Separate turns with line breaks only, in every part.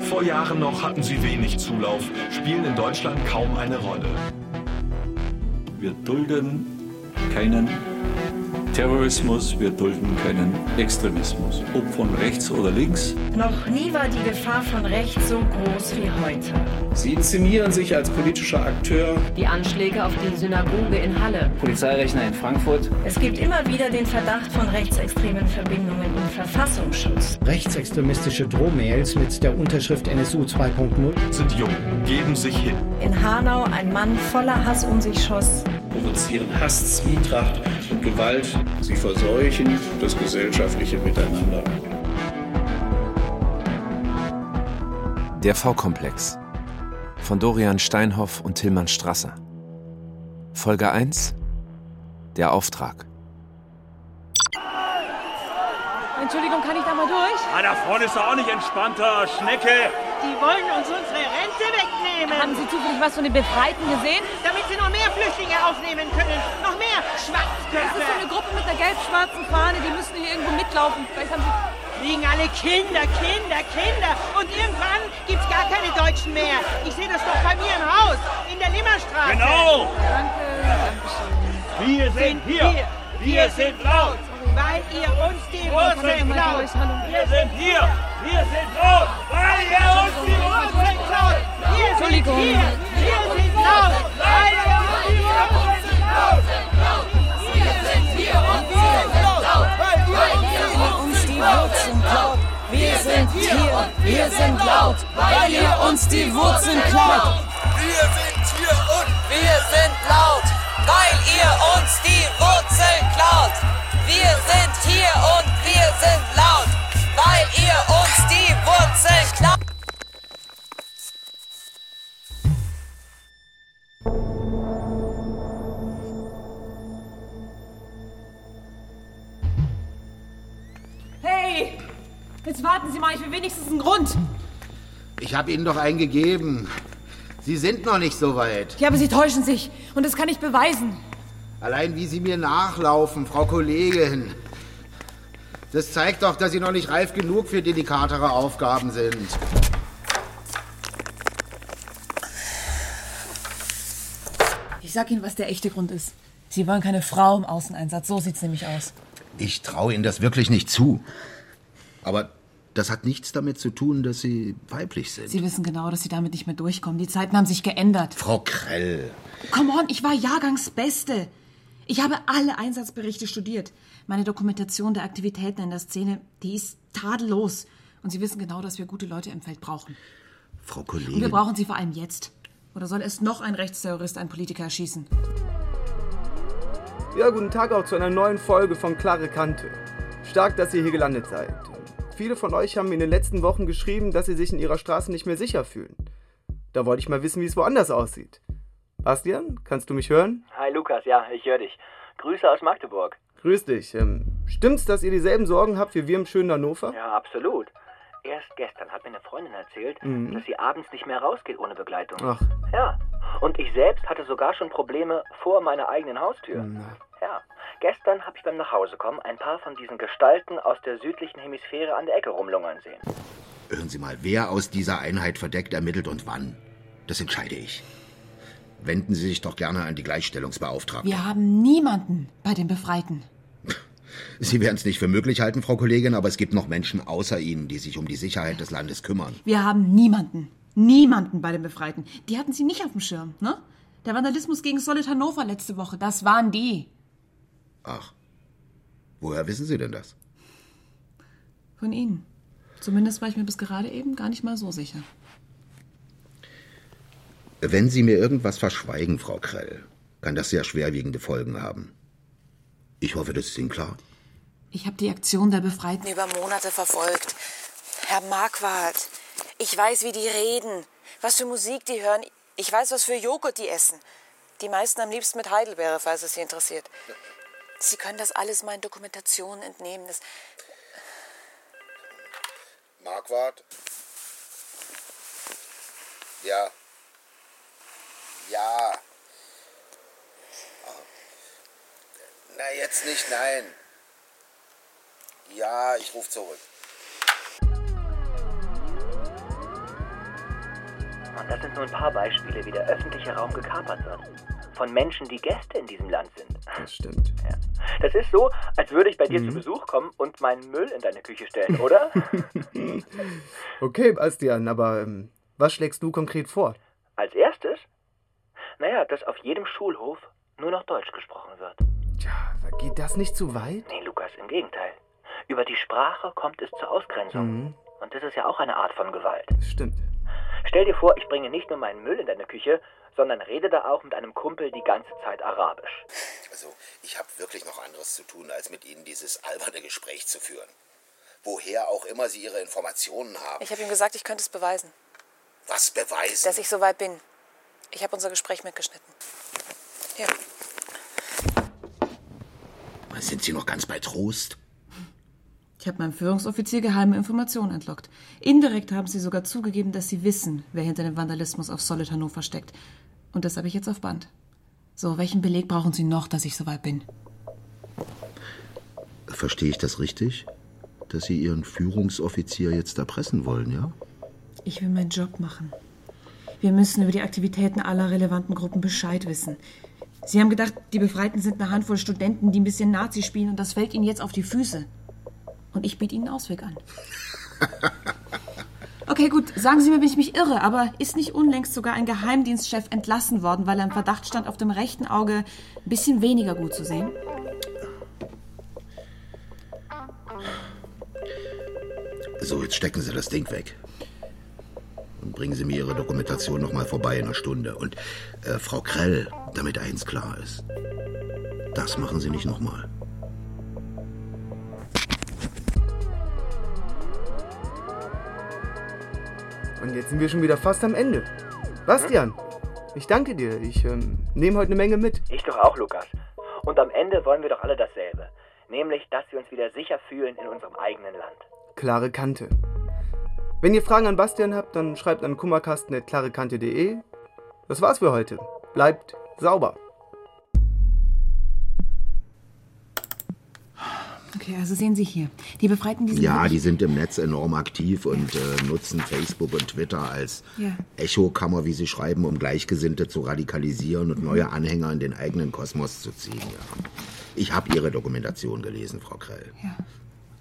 Vorjahren noch hatten sie wenig Zulauf, spielen in Deutschland kaum eine Rolle.
Wir dulden keinen Terrorismus, wir dulden keinen Extremismus, ob von rechts oder links.
Noch nie war die Gefahr von rechts so groß wie heute.
Sie inszenieren sich als politischer Akteur.
Die Anschläge auf die Synagoge in Halle.
Polizeirechner in Frankfurt.
Es gibt immer wieder den Verdacht von rechtsextremen Verbindungen im Verfassungsschutz.
Rechtsextremistische Drohmails mit der Unterschrift NSU 2.0
sind jung, geben sich hin.
In Hanau ein Mann voller Hass um sich schoss.
Provozieren Hass, Zwietracht und Gewalt. Sie verseuchen das gesellschaftliche Miteinander.
Der V-Komplex von Dorian Steinhoff und Tillmann Strasser. Folge 1 Der Auftrag.
Entschuldigung, kann ich da mal durch?
Ah, da vorne ist doch auch nicht entspannter, Schnecke.
Die wollen uns unsere Rente wegnehmen.
Haben Sie zufällig was von den Befreiten gesehen?
Damit sie noch mehr Flüchtlinge aufnehmen können. Noch mehr Schwarzköpfe.
Das ist so eine Gruppe mit einer gelb-schwarzen Fahne. Die müssen hier irgendwo mitlaufen. Vielleicht haben Sie...
Liegen alle Kinder, Kinder, Kinder. Und irgendwann gibt's gar keine Deutschen mehr. Ich sehe das doch bei mir im Haus. In der Limmerstraße.
Genau.
Danke. Dankeschön.
Wir sind hier. Wir, wir sind, sind laut.
Weil ihr uns die Wurzeln klaut.
Wir sind hier. Wir sind laut. Weil ihr uns die Wurzeln klaut.
Wir Entschuldigung. sind hier. Wir sind laut. Weil ihr uns die Wurzeln klaut.
Wir sind hier und wir sind laut. Weil ihr uns die Wurzeln klaut. Wir sind hier und wir sind laut. Weil ihr uns die Wurzeln klaut.
Wir sind hier und wir sind laut. Weil ihr uns die Wurzeln klaut. Wir sind hier und wir sind laut, weil ihr uns die Wurzeln
klaut. Hey, jetzt warten Sie mal, ich will wenigstens einen Grund.
Ich habe Ihnen doch einen gegeben. Sie sind noch nicht so weit.
Ja, aber Sie täuschen sich und das kann ich beweisen.
Allein wie Sie mir nachlaufen, Frau Kollegin. Das zeigt doch, dass Sie noch nicht reif genug für delikatere Aufgaben sind.
Ich sag Ihnen, was der echte Grund ist. Sie wollen keine Frau im Außeneinsatz, so sieht's nämlich aus.
Ich traue Ihnen das wirklich nicht zu. Aber das hat nichts damit zu tun, dass Sie weiblich sind.
Sie wissen genau, dass Sie damit nicht mehr durchkommen. Die Zeiten haben sich geändert.
Frau Krell.
Come on, ich war Jahrgangsbeste. Ich habe alle Einsatzberichte studiert. Meine Dokumentation der Aktivitäten in der Szene, die ist tadellos. Und Sie wissen genau, dass wir gute Leute im Feld brauchen.
Frau Kollegin.
Und wir brauchen sie vor allem jetzt. Oder soll erst noch ein Rechtsterrorist einen Politiker erschießen?
Ja, guten Tag auch zu einer neuen Folge von Klare Kante. Stark, dass ihr hier gelandet seid. Viele von euch haben mir in den letzten Wochen geschrieben, dass sie sich in ihrer Straße nicht mehr sicher fühlen. Da wollte ich mal wissen, wie es woanders aussieht. Bastian, kannst du mich hören?
Hi Lukas, ja, ich höre dich. Grüße aus Magdeburg.
Grüß dich. Ähm, stimmt's, dass ihr dieselben Sorgen habt wie wir im schönen Hannover?
Ja, absolut. Erst gestern hat mir eine Freundin erzählt, mhm. dass sie abends nicht mehr rausgeht ohne Begleitung.
Ach.
Ja. Und ich selbst hatte sogar schon Probleme vor meiner eigenen Haustür. Mhm. Ja. Gestern habe ich beim Nachhausekommen ein paar von diesen Gestalten aus der südlichen Hemisphäre an der Ecke rumlungern sehen.
Hören Sie mal, wer aus dieser Einheit verdeckt ermittelt und wann. Das entscheide ich wenden Sie sich doch gerne an die Gleichstellungsbeauftragte.
Wir haben niemanden bei den Befreiten.
Sie werden es nicht für möglich halten, Frau Kollegin, aber es gibt noch Menschen außer Ihnen, die sich um die Sicherheit des Landes kümmern.
Wir haben niemanden. Niemanden bei den Befreiten. Die hatten Sie nicht auf dem Schirm, ne? Der Vandalismus gegen Solid Hannover letzte Woche, das waren die.
Ach. Woher wissen Sie denn das?
Von Ihnen. Zumindest war ich mir bis gerade eben gar nicht mal so sicher.
Wenn Sie mir irgendwas verschweigen, Frau Krell, kann das sehr schwerwiegende Folgen haben. Ich hoffe, das ist Ihnen klar.
Ich habe die Aktion der Befreiten
über Monate verfolgt. Herr Marquardt, ich weiß, wie die reden, was für Musik die hören. Ich weiß, was für Joghurt die essen. Die meisten am liebsten mit Heidelbeere, falls es Sie interessiert. Sie können das alles meinen Dokumentationen entnehmen. Das
Marquardt? Ja, ja. Na, jetzt nicht, nein. Ja, ich rufe zurück.
Und das sind nur ein paar Beispiele, wie der öffentliche Raum gekapert wird. Von Menschen, die Gäste in diesem Land sind.
Das stimmt. Mhm.
Ja. Das ist so, als würde ich bei dir zu Besuch kommen und meinen Müll in deine Küche stellen, oder?
Okay, Bastian, aber ähm, was schlägst du konkret vor?
Als erstes? Naja, dass auf jedem Schulhof nur noch Deutsch gesprochen wird.
Geht das nicht zu weit?
Nee, Lukas, im Gegenteil. Über die Sprache kommt es zur Ausgrenzung. Und das ist ja auch eine Art von Gewalt.
Mhm. Stimmt.
Stell dir vor, ich bringe nicht nur meinen Müll in deine Küche, sondern rede da auch mit einem Kumpel die ganze Zeit Arabisch.
Also, ich habe wirklich noch anderes zu tun, als mit Ihnen dieses alberne Gespräch zu führen. Woher auch immer Sie Ihre Informationen haben.
Ich habe ihm gesagt, ich könnte es beweisen,
Was beweisen?
dass ich so weit bin. Ich habe unser Gespräch mitgeschnitten. Ja.
Sind Sie noch ganz bei Trost?
Ich habe meinem Führungsoffizier geheime Informationen entlockt. Indirekt haben sie sogar zugegeben, dass sie wissen, wer hinter dem Vandalismus auf Solid Hannover steckt. Und das habe ich jetzt auf Band. So, welchen Beleg brauchen Sie noch, dass ich soweit bin?
Verstehe ich das richtig? Dass Sie Ihren Führungsoffizier jetzt erpressen wollen, ja?
Ich will meinen Job machen. Wir müssen über die Aktivitäten aller relevanten Gruppen Bescheid wissen. Sie haben gedacht, die Befreiten sind eine Handvoll Studenten, die ein bisschen Nazi spielen und das fällt ihnen jetzt auf die Füße. Und ich biete ihnen einen Ausweg an. Okay, gut, sagen Sie mir, wenn ich mich irre, aber ist nicht unlängst sogar ein Geheimdienstchef entlassen worden, weil er im Verdacht stand, auf dem rechten Auge ein bisschen weniger gut zu sehen?
So, jetzt stecken Sie das Ding weg. Und bringen Sie mir Ihre Dokumentation nochmal vorbei in einer Stunde. Und äh, Frau Krell, damit eins klar ist. Das machen Sie nicht nochmal.
Und jetzt sind wir schon wieder fast am Ende. Bastian, ich danke dir. Ich ähm, nehme heute eine Menge mit.
Ich doch auch, Lukas. Und am Ende wollen wir doch alle dasselbe. Nämlich, dass wir uns wieder sicher fühlen in unserem eigenen Land.
Klare Kante. Wenn ihr Fragen an Bastian habt, dann schreibt an kummerkasten.klarekante.de. Das war's für heute. Bleibt sauber.
Okay, also sehen Sie hier. Die Befreiten, die sind.
Ja,
wirklich-
die sind im Netz enorm aktiv und äh, nutzen Facebook und Twitter als
Ja.
Echokammer, wie sie schreiben, um Gleichgesinnte zu radikalisieren und
Mhm.
neue Anhänger in den eigenen Kosmos zu ziehen. Ja. Ich habe Ihre Dokumentation gelesen, Frau Krell.
Ja.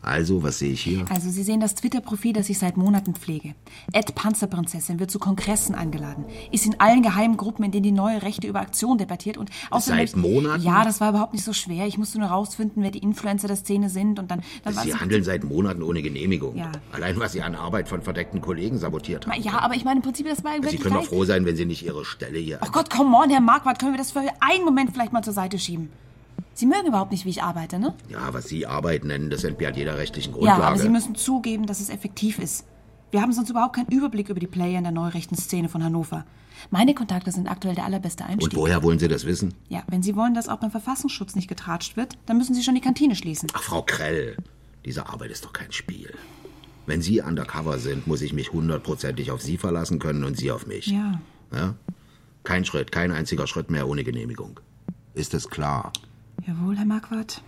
Also, was sehe ich hier?
Also Sie sehen das Twitter-Profil, das ich seit Monaten pflege. Ed Panzerprinzessin wird zu Kongressen eingeladen, ist in allen geheimen Gruppen, in denen die neue Rechte über Aktion debattiert und außerdem...
Seit Monaten?
Ja, das war überhaupt nicht so schwer. Ich musste nur rausfinden, wer die Influencer der Szene sind und dann... dann
Sie
war's-
handeln seit Monaten ohne Genehmigung.
Ja.
Allein, was Sie an Arbeit von verdeckten Kollegen sabotiert haben.
ja, aber ich meine, im Prinzip, das war
Also, Sie
wirklich
können doch
leicht.
froh sein, wenn Sie nicht Ihre Stelle hier.
Oh Gott, come on, Herr Marquardt, können wir das für einen Moment vielleicht mal zur Seite schieben? Sie mögen überhaupt nicht, wie ich arbeite, ne?
Ja, was Sie Arbeit nennen, das entbehrt jeder rechtlichen
Ja, aber
Grundlage.
Sie müssen zugeben, dass es effektiv ist. Wir haben sonst überhaupt keinen Überblick über die Player in der neurechten Szene von Hannover. Meine Kontakte sind aktuell der allerbeste Einstieg.
und woher wollen Sie das wissen?
Ja, wenn Sie wollen, dass auch beim Verfassungsschutz nicht getratscht wird, dann müssen Sie schon die Kantine schließen.
Ach, Frau Krell, diese Arbeit ist doch kein Spiel. Wenn Sie undercover sind, muss ich mich hundertprozentig auf Sie verlassen können und Sie auf mich.
Ja.
Ja? Kein Schritt, kein einziger Schritt mehr ohne Genehmigung. Ist das klar?
Jawohl, Herr Marquardt.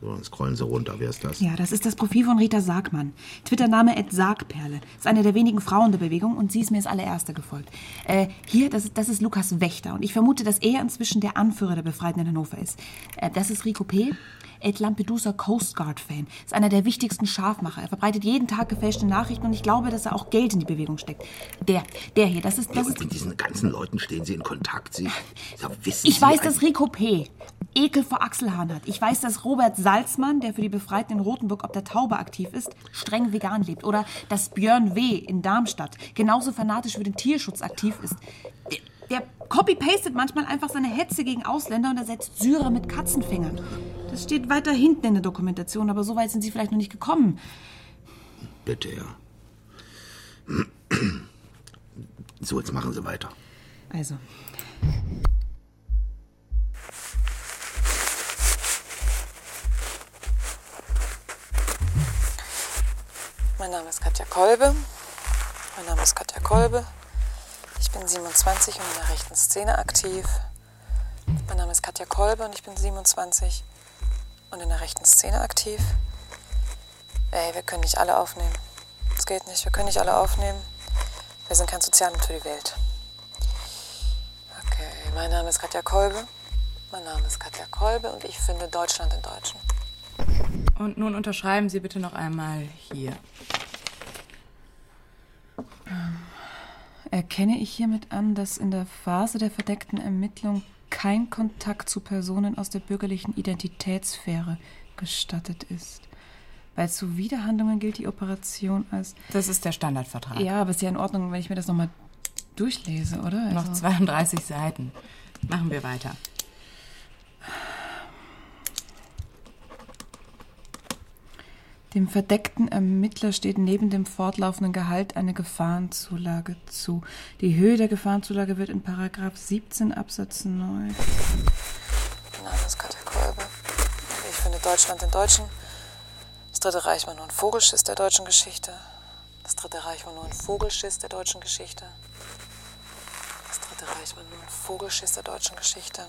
So, dann scrollen Sie runter. Wer ist das?
Ja, das ist das Profil von Rita Sargmann. Twitter-Name Sargperle. Ist eine der wenigen Frauen der Bewegung und sie ist mir als allererste gefolgt. Äh, hier, das ist, das ist Lukas Wächter und ich vermute, dass er inzwischen der Anführer der Befreiten in Hannover ist. Äh, das ist Rico P., Ed Lampedusa Coast Guard-Fan. Ist einer der wichtigsten Scharfmacher. Er verbreitet jeden Tag gefälschte Nachrichten und ich glaube, dass er auch Geld in die Bewegung steckt. Der, der hier, das ist... Das ist
Und mit diesen ganzen Leuten stehen Sie in Kontakt. Sie, ja, wissen
ich
Sie
weiß,
ein-
dass Rico P. Ekel vor Achselhahn hat. Ich weiß, dass Robert Salzmann, der für die Befreiten in Rothenburg ob der Taube aktiv ist, streng vegan lebt. Oder dass Björn W. in Darmstadt genauso fanatisch für den Tierschutz aktiv ist. Der, der copy-pastet manchmal einfach seine Hetze gegen Ausländer und ersetzt Syrer mit Katzenfingern. Das steht weiter hinten in der Dokumentation, aber so weit sind Sie vielleicht noch nicht gekommen.
Bitte, ja. So, jetzt machen Sie weiter.
Also.
Mein Name ist Katja Kolbe. Mein Name ist Katja Kolbe. Ich bin 27 und in der rechten Szene aktiv. Mein Name ist Katja Kolbe und ich bin 27 und in der rechten Szene aktiv. Ey, wir können nicht alle aufnehmen. Das geht nicht. Wir können nicht alle aufnehmen. Wir sind kein Sozialamt für die Welt. Okay, mein Name ist Katja Kolbe. Mein Name ist Katja Kolbe und ich finde Deutschland in Deutschen.
Und nun unterschreiben Sie bitte noch einmal hier. Ähm,
Erkenne ich hiermit an, dass in der Phase der verdeckten Ermittlung kein Kontakt zu Personen aus der bürgerlichen Identitätssphäre gestattet ist. Bei Zuwiderhandlungen gilt die Operation als.
Das ist der Standardvertrag.
Ja, aber ist ja in Ordnung, wenn ich mir das nochmal durchlese, oder? Also,
Noch 32 Seiten. Machen wir weiter.
Dem verdeckten Ermittler steht neben dem fortlaufenden Gehalt eine Gefahrenzulage zu. Die Höhe der Gefahrenzulage wird in Paragraph 17 Absatz 9.
Mein Name Genau, ist Katja Kolbe. Ich finde Deutschland in Deutschen. Das Dritte Reich war nur ein Vogelschiss der deutschen Geschichte. Das Dritte Reich war nur ein Vogelschiss der deutschen Geschichte. Das Dritte Reich war nur ein Vogelschiss der deutschen Geschichte.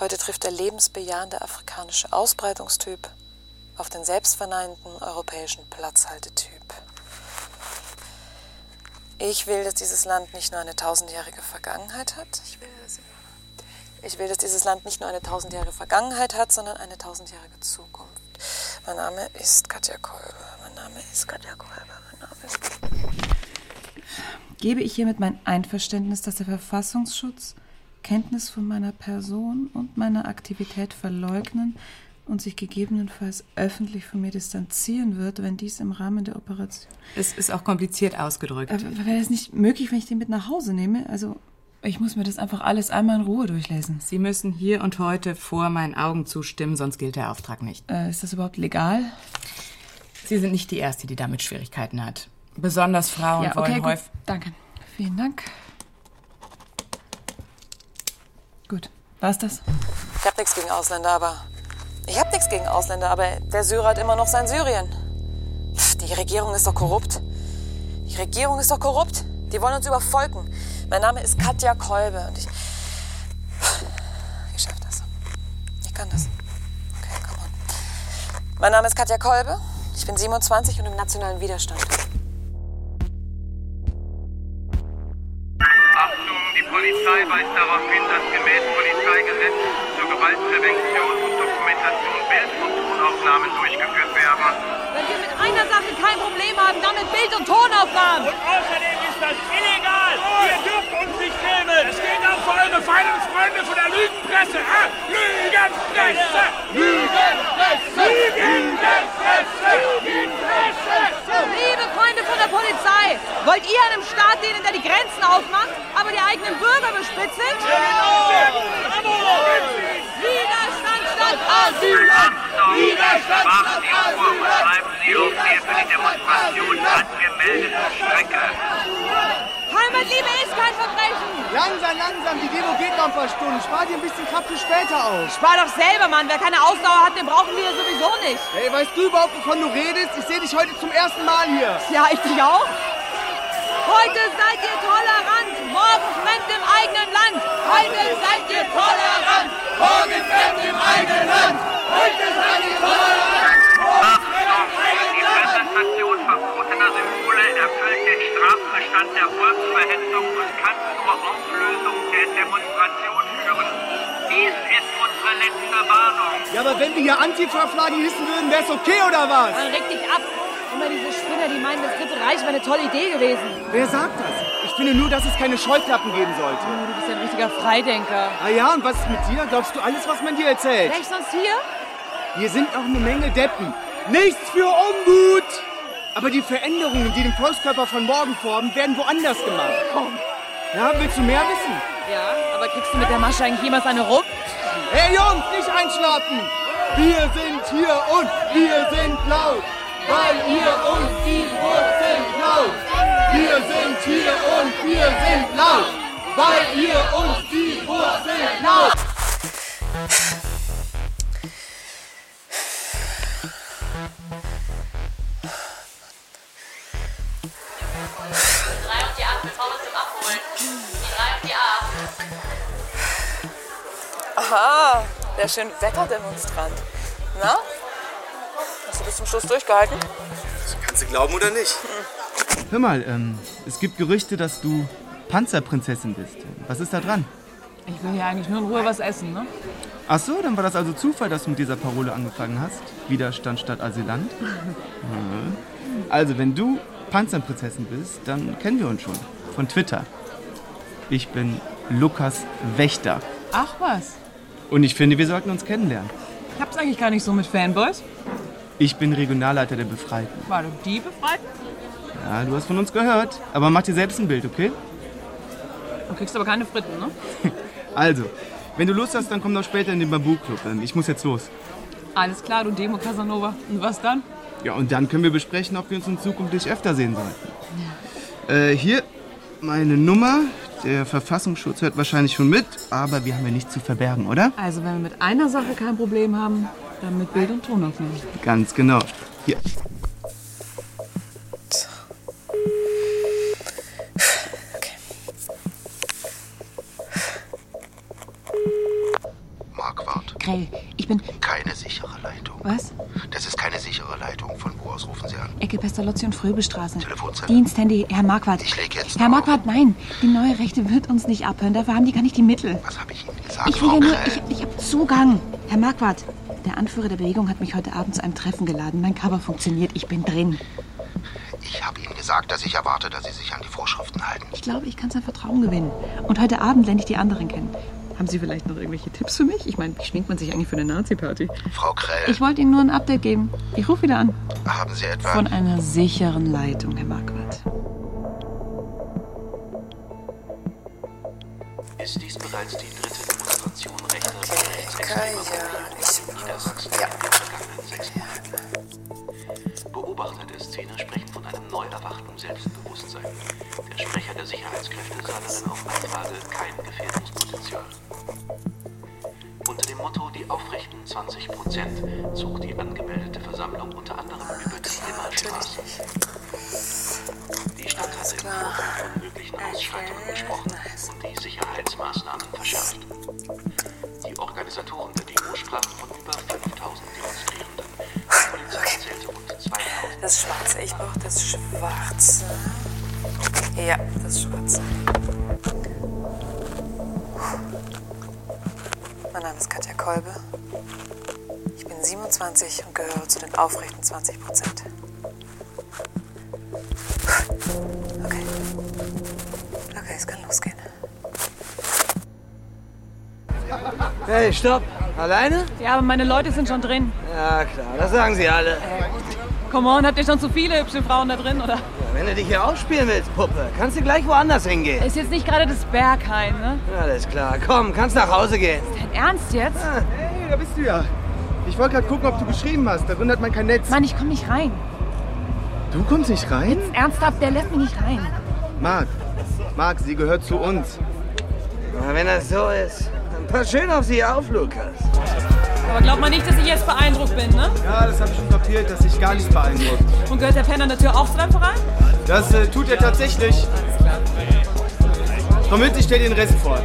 Heute trifft der lebensbejahende afrikanische Ausbreitungstyp auf den selbstverneinten europäischen Platzhaltetyp. Ich will, dass dieses Land nicht nur eine tausendjährige Vergangenheit hat. Ich will, dass, ich will, dass dieses Land nicht nur eine tausendjährige Vergangenheit hat, sondern eine tausendjährige Zukunft. Mein Name ist Katja Kolbe. Mein Name ist Katja Kolbe. Mein Name ist
Gebe ich hiermit mein Einverständnis, dass der Verfassungsschutz Kenntnis von meiner Person und meiner Aktivität verleugnen und sich gegebenenfalls öffentlich von mir distanzieren wird, wenn dies im Rahmen der Operation.
Es ist auch kompliziert ausgedrückt.
Aber wäre es nicht möglich, wenn ich den mit nach Hause nehme? Also, ich muss mir das einfach alles einmal in Ruhe durchlesen.
Sie müssen hier und heute vor meinen Augen zustimmen, sonst gilt der Auftrag nicht.
Äh, ist das überhaupt legal?
Sie sind nicht die Erste, die damit Schwierigkeiten hat. Besonders Frauen
ja,
wollen
okay, gut.
häufig.
Danke. Vielen Dank. Gut. War's das?
Ich hab nichts gegen Ausländer, aber. Ich hab nichts gegen Ausländer, aber der Syrer hat immer noch sein Syrien. Pff, die Regierung ist doch korrupt. Die Regierung ist doch korrupt. Die wollen uns überfolgen. Mein Name ist Katja Kolbe und ich. Ich schaff das. Ich kann das. Okay, komm on. Mein Name ist Katja Kolbe. Ich bin 27 und im nationalen Widerstand.
Achtung, die Polizei weist darauf hin, dass gemäß Polizeigesetz zur Gewaltprävention und Dokumentation Bild- und Tonaufnahmen durchgeführt werden.
Wenn wir mit einer Sache kein Problem haben, damit Bild- und Tonaufnahmen.
Und außerdem ist das illegal! Ihr dürft uns nicht filmen! Es geht auch vor eure feinen Freunde von der Lügenpresse! Ah, Lügenpresse! Lügenpresse! Lügenpresse! Lügenpresse!
Liebe Freunde von der Polizei, wollt ihr einem Staat dienen, der die Grenzen aufmacht, aber die eigenen Bürger bespitzelt? Widerstand statt Asyl!
Widerstand statt Asyl! Bleiben Sie auf der für die Demonstration angemeldeten Strecke!
Heimatliebe ist kein Verbrechen!
Langsam, langsam, die Demo geht noch ein paar Stunden. Spar dir ein bisschen Kraft für später auf.
Spar doch selber, Mann. Wer keine Ausdauer hat, den brauchen wir sowieso nicht.
Hey, weißt du überhaupt, wovon du redest? Ich sehe dich heute zum ersten Mal hier.
Ja, ich dich auch. Heute seid ihr tolerant, morgen fremd im eigenen Land. Heute seid ihr tolerant, morgen fremd im eigenen Land. Heute seid ihr tolerant.
Die Präsentation verbotener Symbole erfüllt den Strafbestand der Volksverhetzung und kann zur Auflösung der Demonstration führen. Dies ist unsere letzte Warnung.
Ja, aber wenn wir hier Antifa-Flaggen hissen würden, wär's okay, oder was?
Mann, reg dich ab. Immer diese Spinner, die meinen, das Dritte Reich wäre eine tolle Idee gewesen.
Wer sagt das? Ich finde nur, dass es keine Scheuklappen geben sollte.
Du bist ja ein richtiger Freidenker.
Ah ja, und was ist mit dir? Glaubst du alles, was man dir erzählt?
Rechts sonst hier?
Hier sind auch eine Menge Deppen. Nichts für ungut! Aber die Veränderungen, die den Volkskörper von morgen formen, werden woanders gemacht. Komm. Na, willst du mehr wissen?
Ja, aber kriegst du mit der Masche eigentlich jemals eine rum?
Hey Jungs, nicht einschlafen! Wir sind hier und wir sind laut, weil ihr uns die Wurzeln klaut. Wir sind hier und wir sind laut, weil ihr uns die Wurzeln klaut.
Die 3 und die 8 mit Pommes zum Abholen. Die 3 und die 8.
Aha, der schön Wetterdemonstrant. Na? Hast du bis zum Schluss durchgehalten? Hm.
Kannst du glauben oder nicht?
Hör mal, ähm, es gibt Gerüchte, dass du Panzerprinzessin bist. Was ist da dran?
Ich will ja eigentlich nur in Ruhe was essen, ne?
Ach so, dann war das also Zufall, dass du mit dieser Parole angefangen hast. Widerstand statt Asylant. Mhm. Also, wenn du Panzerprinzessin bist, dann kennen wir uns schon. Von Twitter. Ich bin Lukas Wächter.
Ach was.
Und ich finde, wir sollten uns kennenlernen.
Ich hab's eigentlich gar nicht so mit Fanboys.
Ich bin Regionalleiter der Befreiten.
War doch die befreit?
Ja, du hast von uns gehört. Aber mach dir selbst ein Bild, okay?
Du kriegst aber keine Fritten, ne?
Also, wenn du Lust hast, dann komm doch später in den Bambu-Club. Ähm, Ich muss jetzt los.
Alles klar, du Demo Casanova. Und was dann?
Ja, und dann können wir besprechen, ob wir uns in Zukunft nicht öfter sehen sollten. Äh, hier meine Nummer. Der Verfassungsschutz hört wahrscheinlich schon mit, aber wir haben ja nichts zu verbergen, oder?
Also, wenn wir mit einer Sache kein Problem haben, dann mit Bild und Tonaufnahme.
Ganz genau. Hier.
Marquardt,
Grell, ich bin.
keine sichere Leitung.
Was?
Das ist keine sichere Leitung. Von wo aus rufen Sie an?
Ecke Pestalozzi und Fröbestraße.
Telefonzelle.
Dienst, Handy, Herr Marquardt.
Ich leg jetzt
Herr Marquardt, nein. Die neue Rechte wird uns nicht abhören. Dafür haben die gar nicht die Mittel.
Was habe ich Ihnen gesagt?
Ich will
Frau
ja nur.
Krell?
Ich, ich habe Zugang. Herr Marquardt, der Anführer der Bewegung hat mich heute Abend zu einem Treffen geladen. Mein Cover funktioniert. Ich bin drin.
Ich habe Ihnen gesagt, dass ich erwarte, dass Sie sich an die Vorschriften halten.
Ich glaube, ich kann sein Vertrauen gewinnen. Und heute Abend lerne ich die anderen kennen. Haben Sie vielleicht noch irgendwelche Tipps für mich? Ich meine, wie schminkt man sich eigentlich für eine Nazi-Party?
Frau Krell,
Ich wollte Ihnen nur ein Update geben. Ich rufe wieder an.
haben Sie etwa...
Von einer sicheren Leitung, Herr Marquardt.
Ist dies bereits die dritte Demonstration rechter Rechtsextremer ja. in den vergangenen sechs Monaten? Beobachter der Szene sprechen von einem neu erwachten Selbstbewusstsein. Der Sprecher der Sicherheitskräfte sah darin auf Anfrage kein Gefährdungspotenzial. Unter dem Motto Die aufrechten 20 Prozent zog die angemeldete Versammlung unter anderem über das Thema Spaß. Die Stadt hatte im Vorfeld von möglichen Ausschreitungen gesprochen und die Sicherheitsmaßnahmen verschärft. Die Organisatoren der Demo sprachen von über 5000 Demonstrierenden. Die Polizei zählte rund 2000.
Das Schwarze, ich brauche das Schwarze. Ja, das Schwarze. Mein Name ist Katja Kolbe. Ich bin 27 und gehöre zu den aufrechten 20 Prozent. Okay. Okay, es kann losgehen.
Hey, stopp! Alleine?
Ja, aber meine Leute sind schon drin.
Ja, klar, das sagen sie alle.
Come on, habt ihr schon zu viele hübsche Frauen da drin, oder?
Wenn du dich hier ausspielen willst, Puppe, kannst du gleich woanders hingehen.
Ist jetzt nicht gerade das Berghain, ne?
Alles klar, komm, kannst nach Hause gehen.
Dein Ernst jetzt?
Hey, da bist du ja. Ich wollte gerade gucken, ob du geschrieben hast. Da hat man kein Netz.
Mann, ich komm nicht rein.
Du kommst nicht rein?
Ernsthaft, der lässt mich nicht rein.
Marc, Marc, sie gehört zu uns.
Na, wenn das so ist, dann pass schön auf sie auf, Lukas.
Aber glaubt mal nicht, dass ich jetzt beeindruckt bin, ne?
Ja, das habe ich schon kapiert, dass ich gar nicht beeindruckt.
Und gehört der Penner an der Tür auch zu deinem Verein?
Das äh, tut er tatsächlich. Komm mit, ich stell dir den Rest vor.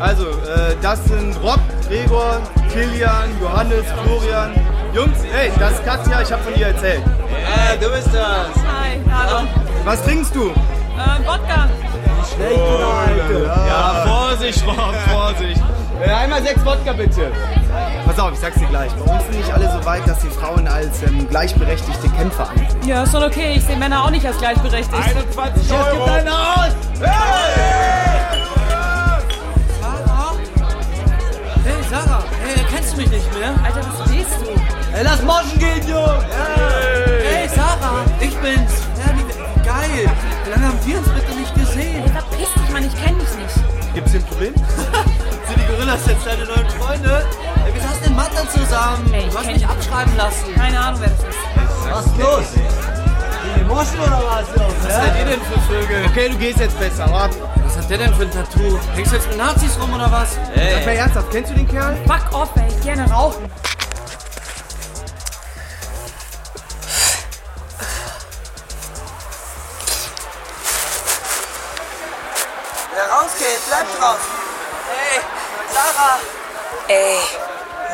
Also, äh, das sind Rob, Gregor, Kilian, Johannes, Florian. Jungs, hey, das ist Katja, ich habe von ihr erzählt. Ja, du bist das.
Hi, hallo.
Was trinkst du?
Äh, Wodka.
Schlechte Leute. Ja, Vorsicht, Rob, Vorsicht. Äh, einmal sechs Wodka bitte. Pass auf, ich sag's dir gleich. Bei uns sind nicht alle so weit, dass die Frauen als ähm, gleichberechtigte Kämpfer ansehen.
Ja, ist schon okay. Ich sehe Männer auch nicht als gleichberechtigt. 21
Euro. Jetzt gib deine
aus!
Hey Sarah, hey, kennst du mich nicht mehr?
Alter, was stehst du?
Hey, lass Moschen gehen, Jungs! Hey Sarah, ich bin's! Ja, wie, geil! Wie lange haben wir uns bitte nicht gesehen?
Ey, verpiss dich, Mann, ich kenn dich nicht.
Gibt's hier ein Problem?
Sind die Gorillas jetzt deine neuen Freunde? Hey, wir saßen in Mathe zusammen.
Ey, ich
du hast
kenn
mich
dich.
abschreiben lassen.
Keine Ahnung, wer das ist.
Was ist los? Die Moschen oder was, Jungs? Was seid ihr denn für Vögel?
Okay, du gehst jetzt besser, warte.
Was hat der denn für ein Tattoo? Hängst du jetzt mit Nazis rum oder was?
Sag mal ernsthaft, kennst du den Kerl?
Fuck off, ey, ich gerne rauchen.
Wer rausgeht, bleibt draußen. Hey, Sarah.
Ey,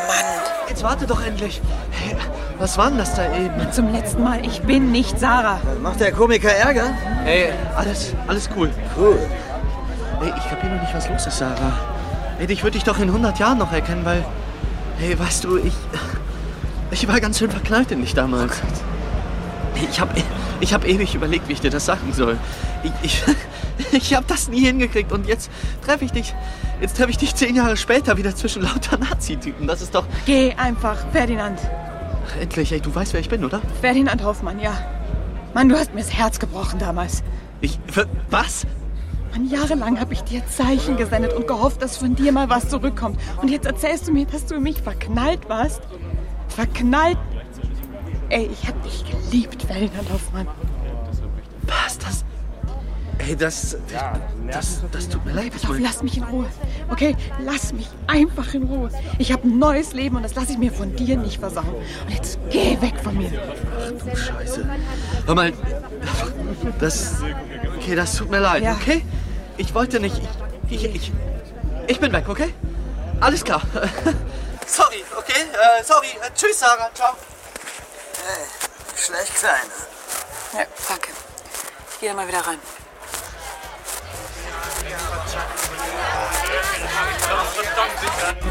Mann.
Jetzt warte doch endlich. Hey,
Was war denn das da eben? Äh,
Zum letzten Mal, ich bin nicht Sarah.
Macht der Komiker Ärger? Ey, alles, alles cool. Cool. Ey, ich kapier noch nicht, was los ist, Sarah. Ey, ich würde dich doch in 100 Jahren noch erkennen, weil... Hey, weißt du, ich... Ich war ganz schön verknallt in dich damals. Oh Ich habe ich hab ewig überlegt, wie ich dir das sagen soll. Ich, ich, ich habe das nie hingekriegt und jetzt treffe ich dich... Jetzt treffe ich dich zehn Jahre später wieder zwischen lauter Nazi-Typen. Das ist doch...
Geh einfach, Ferdinand.
Endlich, ey, du weißt, wer ich bin, oder?
Ferdinand Hoffmann, ja. Mann, du hast mir das Herz gebrochen damals.
Ich... w- Was?
Mann, jahrelang habe ich dir Zeichen gesendet und gehofft, dass von dir mal was zurückkommt. Und jetzt erzählst du mir, dass du in mich verknallt warst. Verknallt? Ey, ich hab dich geliebt, Ferdinand Hoffmann.
Was? Das. Ey, das. Das, das tut mir leid.
Pass auf, lass mich in Ruhe. Okay, lass mich einfach in Ruhe. Ich habe ein neues Leben und das lasse ich mir von dir nicht versauen. Und jetzt geh weg von mir.
Scheiße. Hör mal, das. Okay, das tut mir leid,
Ja.
okay? Ich wollte nicht. Ich, ich, ich, ich bin weg, okay? Alles klar. Sorry, okay? Äh, sorry. Äh, tschüss, Sarah. Ciao.
Hey, schlecht sein. Ja, danke. Ich gehe mal wieder rein.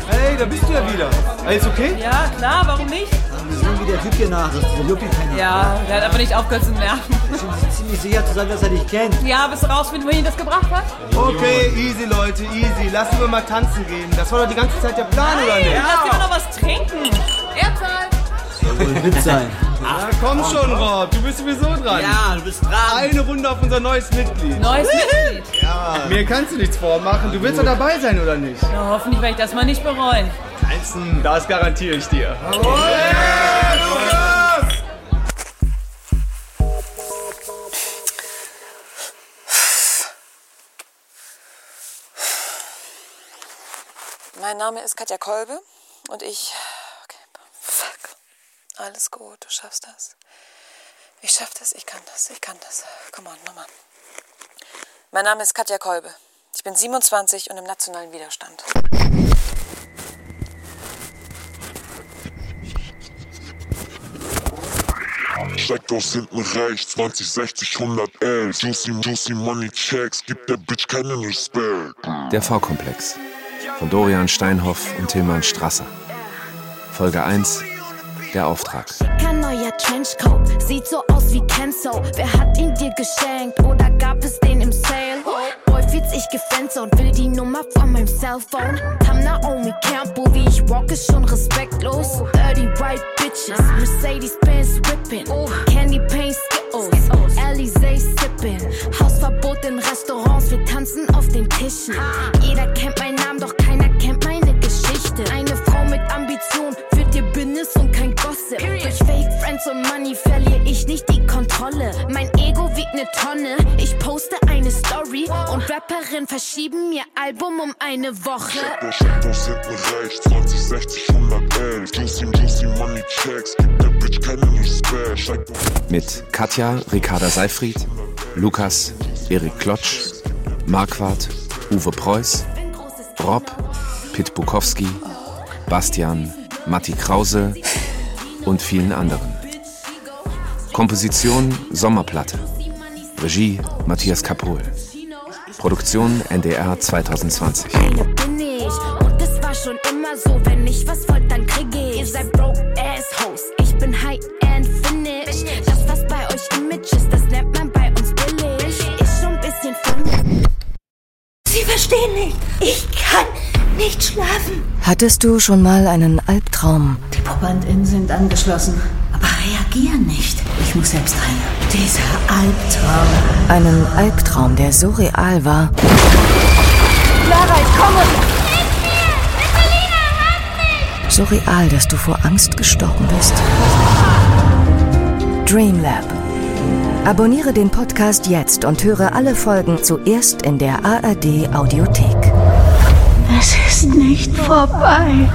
Hey, da bist du ja wieder. Alles okay?
Ja, klar, warum nicht?
So wie der Typ hier nach ist, dieser Juppie-Penner.
Ja, der hat aber nicht aufgehört zu nerven.
Ich bin ziemlich sicher zu sein, dass er dich kennt.
Ja, bist du rausfinden, wohin das gebracht hat?
Okay, easy, Leute, easy. Lassen wir mal tanzen gehen. Das war doch die ganze Zeit der Plan, oder
Nein,
nicht?
lass immer noch was trinken. Erdbeer.
Wohl ein Witz sein.
Ach, komm schon, Rob. Du bist sowieso dran.
Ja, du bist dran.
Eine Runde auf unser neues Mitglied.
Neues Mitglied.
Ja. Mir kannst du nichts vormachen. Du willst doch dabei sein, oder nicht?
Na, hoffentlich werde ich das mal nicht bereuen.
Einzeln, das garantiere ich dir.
Mein Name ist Katja Kolbe und ich. Okay, fuck. Alles gut, du schaffst das. Ich schaff das, ich kann das, ich kann das. Come on, nochmal. Mein Name ist Katja Kolbe. Ich bin 27 und im nationalen Widerstand.
Steigt aus hinten rechts, 20, 60, 111. Juicy, juicy Money Checks, gibt der Bitch keinen Respekt.
Der V-Komplex von Dorian Steinhoff und Tilman Strasser. Folge 1: Der Auftrag.
Kein neuer Trenchcoat, sieht so aus wie Kenzo. Wer hat ihn dir geschenkt oder gab es den im Sale? Boy, fühlt sich gefenster und will die Nummer von meinem Cellphone. Ham Naomi Campbell, wie ich walk, ist schon respektlos. Dirty white bitches, Mercedes-Benz rippin', Candy Paint Skittles, Alizé sippin'. Hausverbot in Restaurants, wir tanzen auf den Tischen. Jeder kennt meinen Namen, doch keiner kennt meine Geschichte. Eine Frau mit Ambition führt ihr Business und kein Gossip. Durch Fake Friends und Money verliere ich nicht die Kontrolle. Mein Ego wiegt eine Tonne. Ich poste eine Story und Rapperin verschieben ihr Album um eine Woche.
Steigt aus hinten rechts, 20, 60, 111. Juicy, juicy Money Checks, gibt der Bitch keinen Respekt. Steigt aus
Mit Katja, Ricarda Seifried, Lukas, Erik Klotsch, Marquardt, Uwe Preuß, Rob, Pit Bukowski, Bastian, Matti Krause und vielen anderen. Komposition Sommerplatte. Regie Matthias Kapohl. Produktion NDR 2020.
Hier bin ich und das war schon immer so. Wenn ich was wollt, dann krieg ich. Ihr seid broke ass hoes. Ich bin high and finished. Das was bei euch Image ist, das nennt man bei uns billig. Ist schon ein bisschen funny.
Sie verstehen nicht. Ich kann nicht schlafen.
Hattest du schon mal einen Albtraum?
Die Probandinnen sind angeschlossen, aber reagieren nicht. Ich muss selbst rein. Dieser Albtraum.
Einen Albtraum, der so real war,
Clara, ich komme!
so real, dass du vor Angst gestorben bist? Dreamlab. Abonniere den Podcast jetzt und höre alle Folgen zuerst in der ARD Audiothek.
Es ist nicht vorbei.